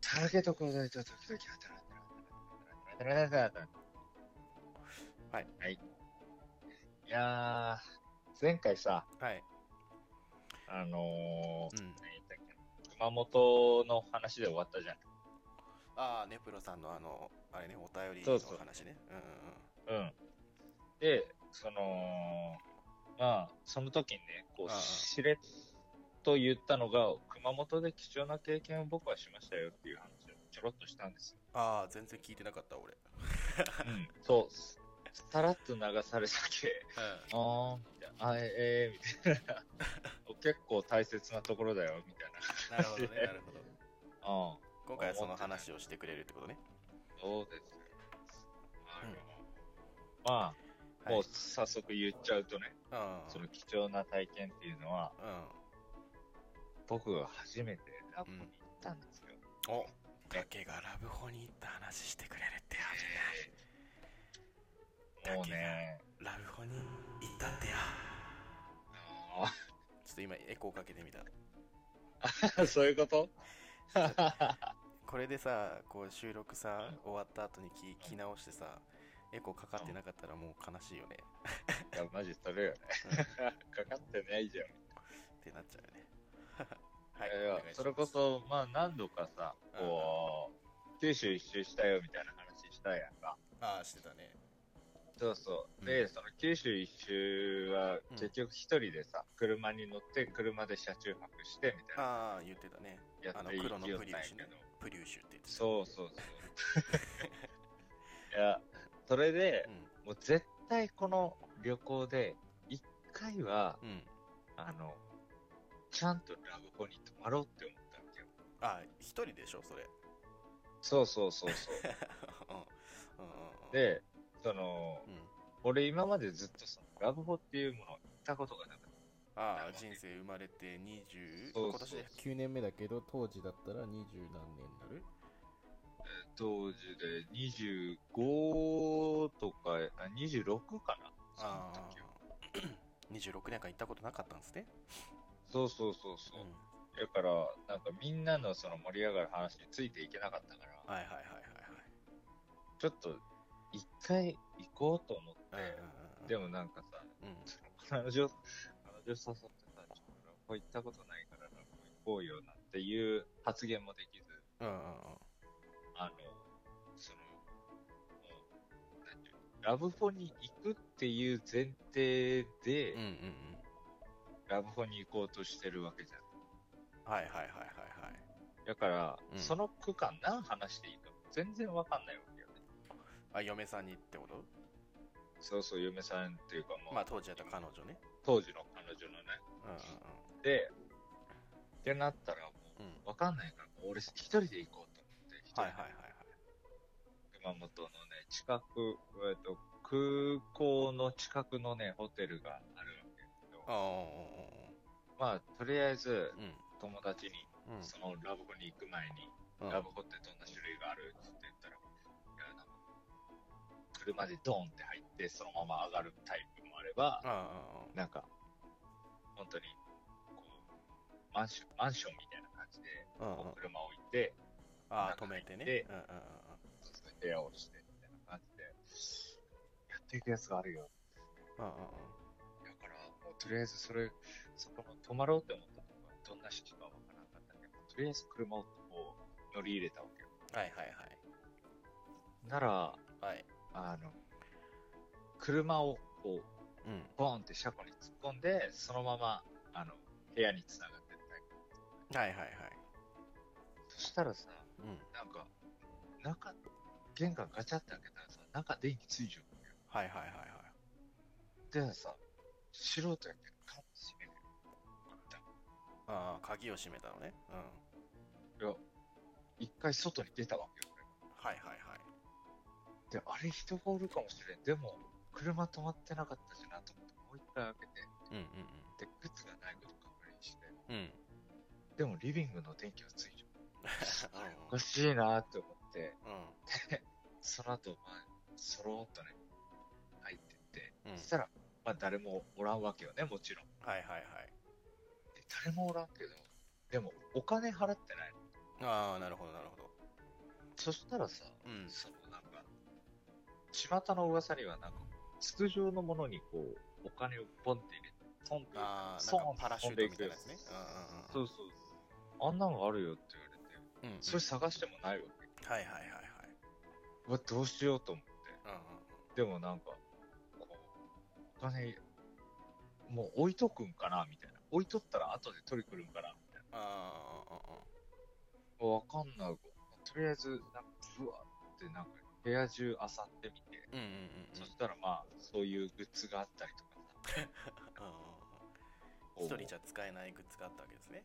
下げとこないと時々働いてる。はい。はい。いやー、前回さ、はい。あのー、うん。何言ったっけ熊本の話で終わったじゃん。ああ、ネプロさんのあの、あれね、お便りそのうそう話ね。うんううん。で、その、まあ、その時にね、こああう、しれっと言ったのが、熊本で貴重な経験を僕はしましたよっていう話をちょろっとしたんですよ。ん。ああ、全然聞いてなかった、俺。うん。そう。さらっと流されたけ。あーみたいな、あえー、みたいな。 結構大切なところだよ、みたいな。なるほどね、な るほど。あ今回はその話をしてくれるってことね。そうですね。あのうんまあ、はいもう早速言っちゃうとね、うん。その貴重な体験っていうのは、うん。僕が初めてラボに行ったんですよ。お竹がラブホに行った話してくれるってよ、うんもうね、みんな。ラブホに行ったってよ。あちょっと今、エコーかけてみた。ー そういうことこれでさ、こう収録さ、終わった後に聞き直してさ、エコーかかってなかったらもう悲しいよね。いや、マジそ れよね。かかってないじゃん。ってなっちゃうよね。 はいいやお願いしますそれこそ、まあ何度かさ、こう、九州一周したよみたいな話したやんか。ああ、してたね。そうそう。うで、その九州一周は結局一人でさ、車に乗って車で車中泊してみたいああ、言ってたね。なやあっのていきよ黒ったんやけのプリどウスね。プリウシュって言ってた。そう そうそう。いや、それで、もう絶対この旅行で、一回は、うん。うん。あの、ちゃんとラブホに泊まろうって思ったわけよ。ああ、一人でしょ、それ。 そうそうそうそう。うん。うんうんうん、で、その、うん。俺今までずっとそのラブホっていうものを行ったことがなかっああ、人生生まれて20、そうそう今年で。 9年目だけど当時だったら二十何年になるた。当時で25とか、あ26かなそのああ時は。 26年間行ったことなかったんですね。そうそうそうそうう。んだから、なんかみんなのその盛り上がる話についていけなかったから、はいはいはいはいちょっと一回行こうと思はいっうんうんうて、ん。でもなんかさ、うん、彼女、彼女誘ってさ、ちょっとラブホ行ったことないからラブホ行こうよなんていう発言もできず、うんうんうん。あの、その、もう、なんていうのラブホに行くっていう前提で、うんうんうん。ラブホに行こうとしてるわけじゃん。はいはいはいはいはい。だから、うんその区間何話していいか全然わかんないわけよね。あ、嫁さんにってことそうそう、嫁さんっていうかもう、まあ当時だった彼女ね。当時の彼女のね。うんうんで、ってなったらもうん。うん。う、わかんないから、もう俺一人で行こうと思って、一人はいではいはいはい。熊本のね、近く、えっと、空港の近くのね、ホテルがあるわけだけど、ああ、まあ、とりあえず、うんうんうん。友達に、うん。そのラブホに行く前に、うん。ラブホってどんな種類があるって言ったら、いやなんか車でドーンって入って、そのまま上がるタイプもあれば、うんうんうん。なんか、本当に、こう、マンション、マンションみたいな感じで、うんうんこう車を置いて、ああ、止めてねで。うんうんうんそうそう部屋をして、みたいな感じで、やっていくやつがあるよ。うん。うんうんだから、もうとりあえずそれ、そこの泊まろうって思ったとこは、どんな式かわからなかったけど、とりあえず車をこう乗り入れたわけよ。うん。はいはいなら、はい。はい。あの、車をこう、うん。ボーンって車庫に突っ込んで、そのまま、あの、部屋に繋がってったりはいはいはい。そしたらさ、うん。なんか、中、玄関ガチャって開けたらさ、中電気ついちゃうんだよ。はいはいはいはい。でさ、素人やけど、カッて閉めるよ。ああ、鍵を閉めたのね。うん。一回外に出たわけよ、俺はいはいはい。で、あれ人がおるかもしれん。でも、車止まってなかったしなと思って、もう一回開けうんて、で、靴がないこと確認して、うんうん。うん。でもリビングの電気はついちゃう。おうかしいなって思って、んその後、まあ、そろっとね、入ってって、うん。うん。そしたら、まあ誰もおらんわけよね、もちろん。はいはいはい。で誰もおらんけど、でも、お金払ってないの。ああ、なるほどなるほど。そしたらさ、うんそのなんか、巷の噂にはなんか、筒状のものにこう、お金をポンって入れて、ポンって入れてああ、そなんうかパラシュートみたいなやつね。そうそうそう。あんなのあるよって言われて、うんうんうん。うんうんそれ探してもないわけ。はいはいはいはうわ、どうしようと思って。い。でもなんか、こう、お金、もう置いとくんかなみたいな。置いとったら後で取り来るんかなみたいうんうん。ああ、な。わかんない。とりあえず、なんか、ふわってなんか、部屋中漁ってみて、うんうんうんそしたらまあ、そういうグッズがあったりとかさうんうん。こう一人じゃ使えないグッズがあったわけですね。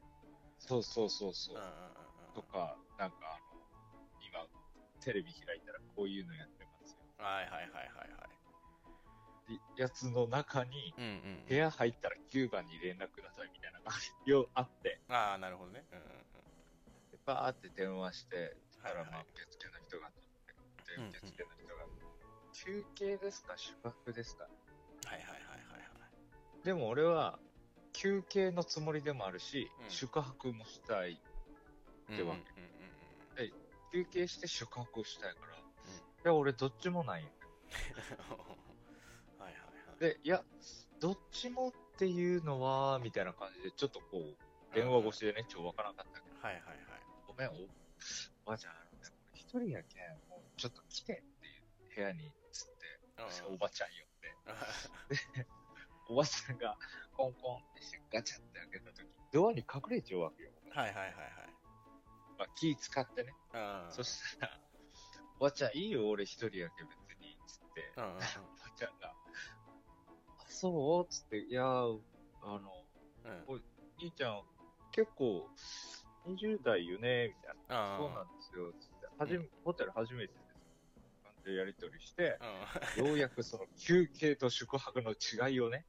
そうそうそうそうう。んうんとか、なんかあの、今、テレビ開いたらこういうのやってますよ。うん。はいはいはいはいでやつの中に、はい。うん部屋入ったら9番に連絡くださいみたいなのがよあって、ああ、なるほどね。うんうんでバーって電話して、そしたらはいはまいあ受付の人がうん取っうんて、で受付の人が、休憩ですか宿泊ですかはいはいはいでも俺は、休憩のつもりでもあるし、うん宿泊もしたい。はいはい。ではうんうんうん休憩して宿泊をしたいから、いや、俺どっちもないよ。うん。はいはいはい。で、いや、どっちもっていうのは、みたいな感じで、ちょっとこう、電話越しでね、ちょっとわからなかったけど、はいはいはい。ごめん、お、おばあちゃん、あのね、俺一人やけん、もうちょっと来てっていう部屋に、つって、うん おばちゃん呼んで、うんおばちゃんがコンコンってしてガチャって開けた時、ドアに隠れちゃうわけよ。はいはいはいまあ、気使ってね。はい。うんそしたら、おばちゃん、いいよ、俺一人やけん、別に、つって、うんうんうんおばちゃんが、あ、そうつって、いやー、あの、うん 兄ちゃん、結構、20代よね、みたいな。ああそうなんですよ。つってはじめ、ホテル初めてです。感じでやりとりして、うようやくその休憩と宿泊の違いをね、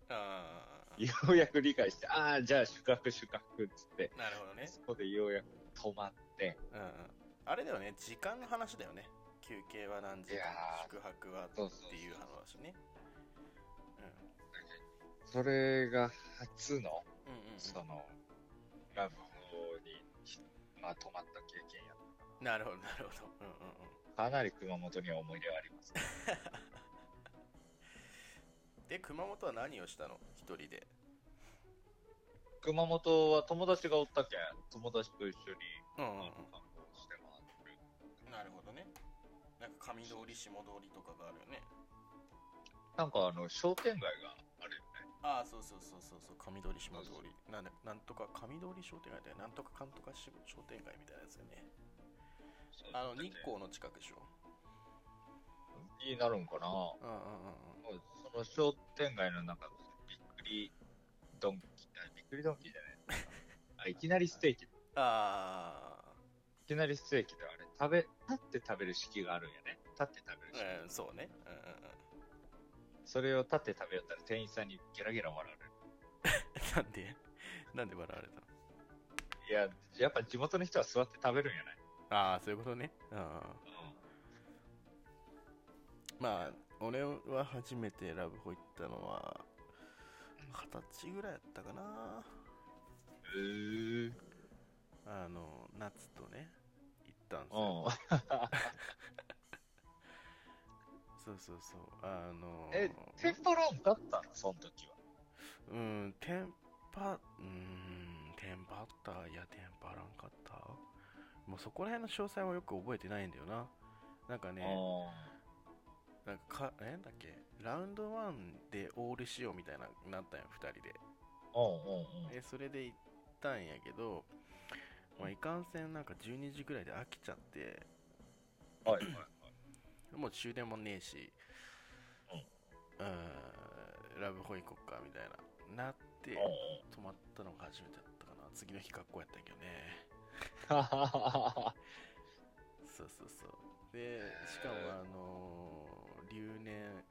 ん。ようやく理解して、ああ、じゃあ宿泊宿泊っつって、なるほどね。そこでようやく止まって、うんうん。あれだよね、時間の話だよね。休憩は何時いやー間、宿泊はっそうそうそうていう話ね。それが初の、うん。うんうんうんその、ラブホに、まあ、泊まった経験やっなるほど、なるほど。うんうんうん。た。かなり熊本には思い出があります、ね。で、熊本は何をしたの一人で。熊本は友達がおったけん、友達と一緒に、うんうあんのうん。観光して回ってる。なるほどね。なんか上通り、下通りとかがあるよね。なんかあの、商店街があるよね。ああ、そうそうそうそうそう、上通り、下通り。なんだなんとか上通り商店街だよ。なんとかかんとかし商店街みたいなやつだよね。あの、日光の近くでしょ。光になるんかなうんうんうんその商店街の中のびっくりドンキ、あびっくりドンキじゃないあ、いきなりステーキ。いああ、きなりステーキであれ、食べ、立って食べる式があるんやね。立って食べる式。うん、そうね。うんうんうん。それを立って食べよったら店員さんにゲラゲラ笑われる。なん でなんで笑われたのいや、やっぱ地元の人は座って食べるんやないああ、そういうことね。うん。まあ、俺は初めてラブホ行ったのは、二十歳ぐらいやったかな。うん。へあの、夏とね、行ったんですよ。うん。そうそうそう。あの、え、テンパらんかったのその時は。うん、テンパ、うん、テンパった。いや、テンパらんかった。もうそこら辺の詳細はよく覚えてないんだよな。なんかね、なんかか、なんだっけ、ラウンドワンでオールしようみたいな、なったんよ、二人で。うんうんうん。で、それで行ったんやけど、まあ、いかんせんなんか12時ぐらいで飽きちゃって、はいはいはい。もう終電もねえし、うんうーん、ラブホ行こっか、みたいな。なって、泊まったのが初めてだったかな。次の日学校やったんやけどね。そうそうそう。で、しかもあのー留年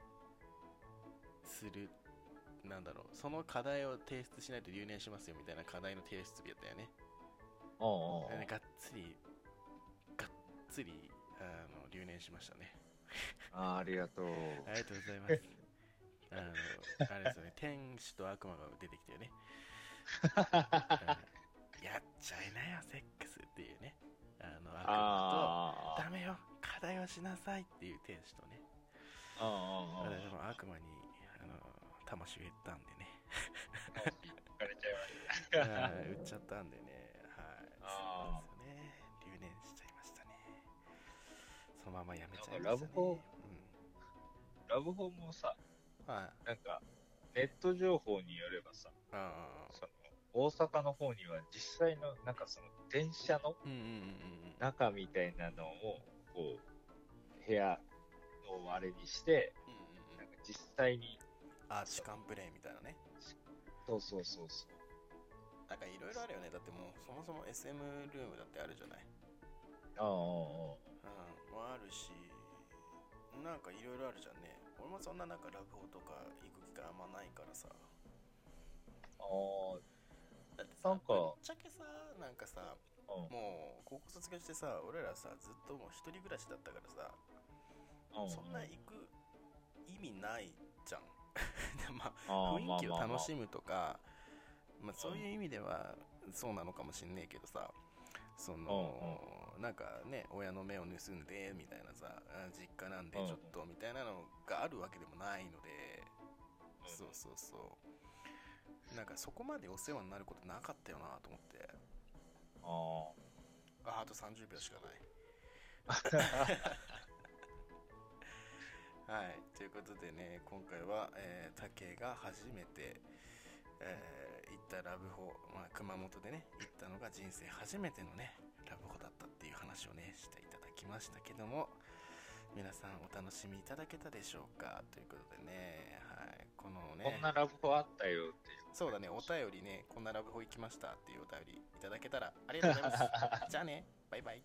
する、なんだろう、その課題を提出しないと留年しますよみたいな課題の提出日やったよね。うんうんうんでがっつり、がっつり、あの、留年しましたね。あーありがとう。ありがとうございます。あの、あれですよね、天使と悪魔が出てきた よね。うんやっちゃいなよ、セックスっていうね。あの、悪魔と、あダメよ、課題をしなさいっていう天使とねああ、ああ、ああ私も悪魔にあの魂を言ったんでね疲れちゃいましはい売っちゃったんでね、はいあ、そうなんですよね、留年しちゃいましたね。そのままやめちゃいなんましたね。かラブホうた。ラブホもさ、ん、はい、なんか、ネット情報によればさ、あその、大阪の方には実際の、なんかその、電車のうんうんうんうん中みたいなのを、こう、部屋のあれにして、うんうなんんか実際に、あ、痴漢プレイみたいなね。そうそうそうそう。なんかいろいろあるよね。だってもうそもそも SM ルームだってあるじゃない。ああ、ああうん、もあるし、なんかいろいろあるじゃんね。俺もそんななんかラブホとか行く機会あんまないからさ。あだってさなんかぶっちゃけさ、なんかさ、あ、うん、もう高校卒業してさ俺らさずっともう一人暮らしだったからさ、うんそんな行く意味ないじゃん でまああー雰囲気をまあまあまあ楽しむとか、まあ、そういう意味ではそうなのかもしんねえけどさその、なんかね親の目を盗んでみたいなさあ実家なんでうんちょっとみたいなのがあるわけでもないので、うんそうそうそうなんかそこまでお世話になることなかったよなと思ってあああと30秒し かない。はい、ということでね、今回は、えー、竹が初めて、えー行ったラブホ、まあ、熊本でね、行ったのが人生初めてのね、ラブホだったっていう話をね、していただきましたけども、皆さんお楽しみいただけたでしょうかということでね、はい、このあ、ねこん、なラブホあったよっていう。そうだね、お 便りね、こんなラブホ行きましたっていうお便りいただけたらありがとうございます。じゃあね、バイバイ。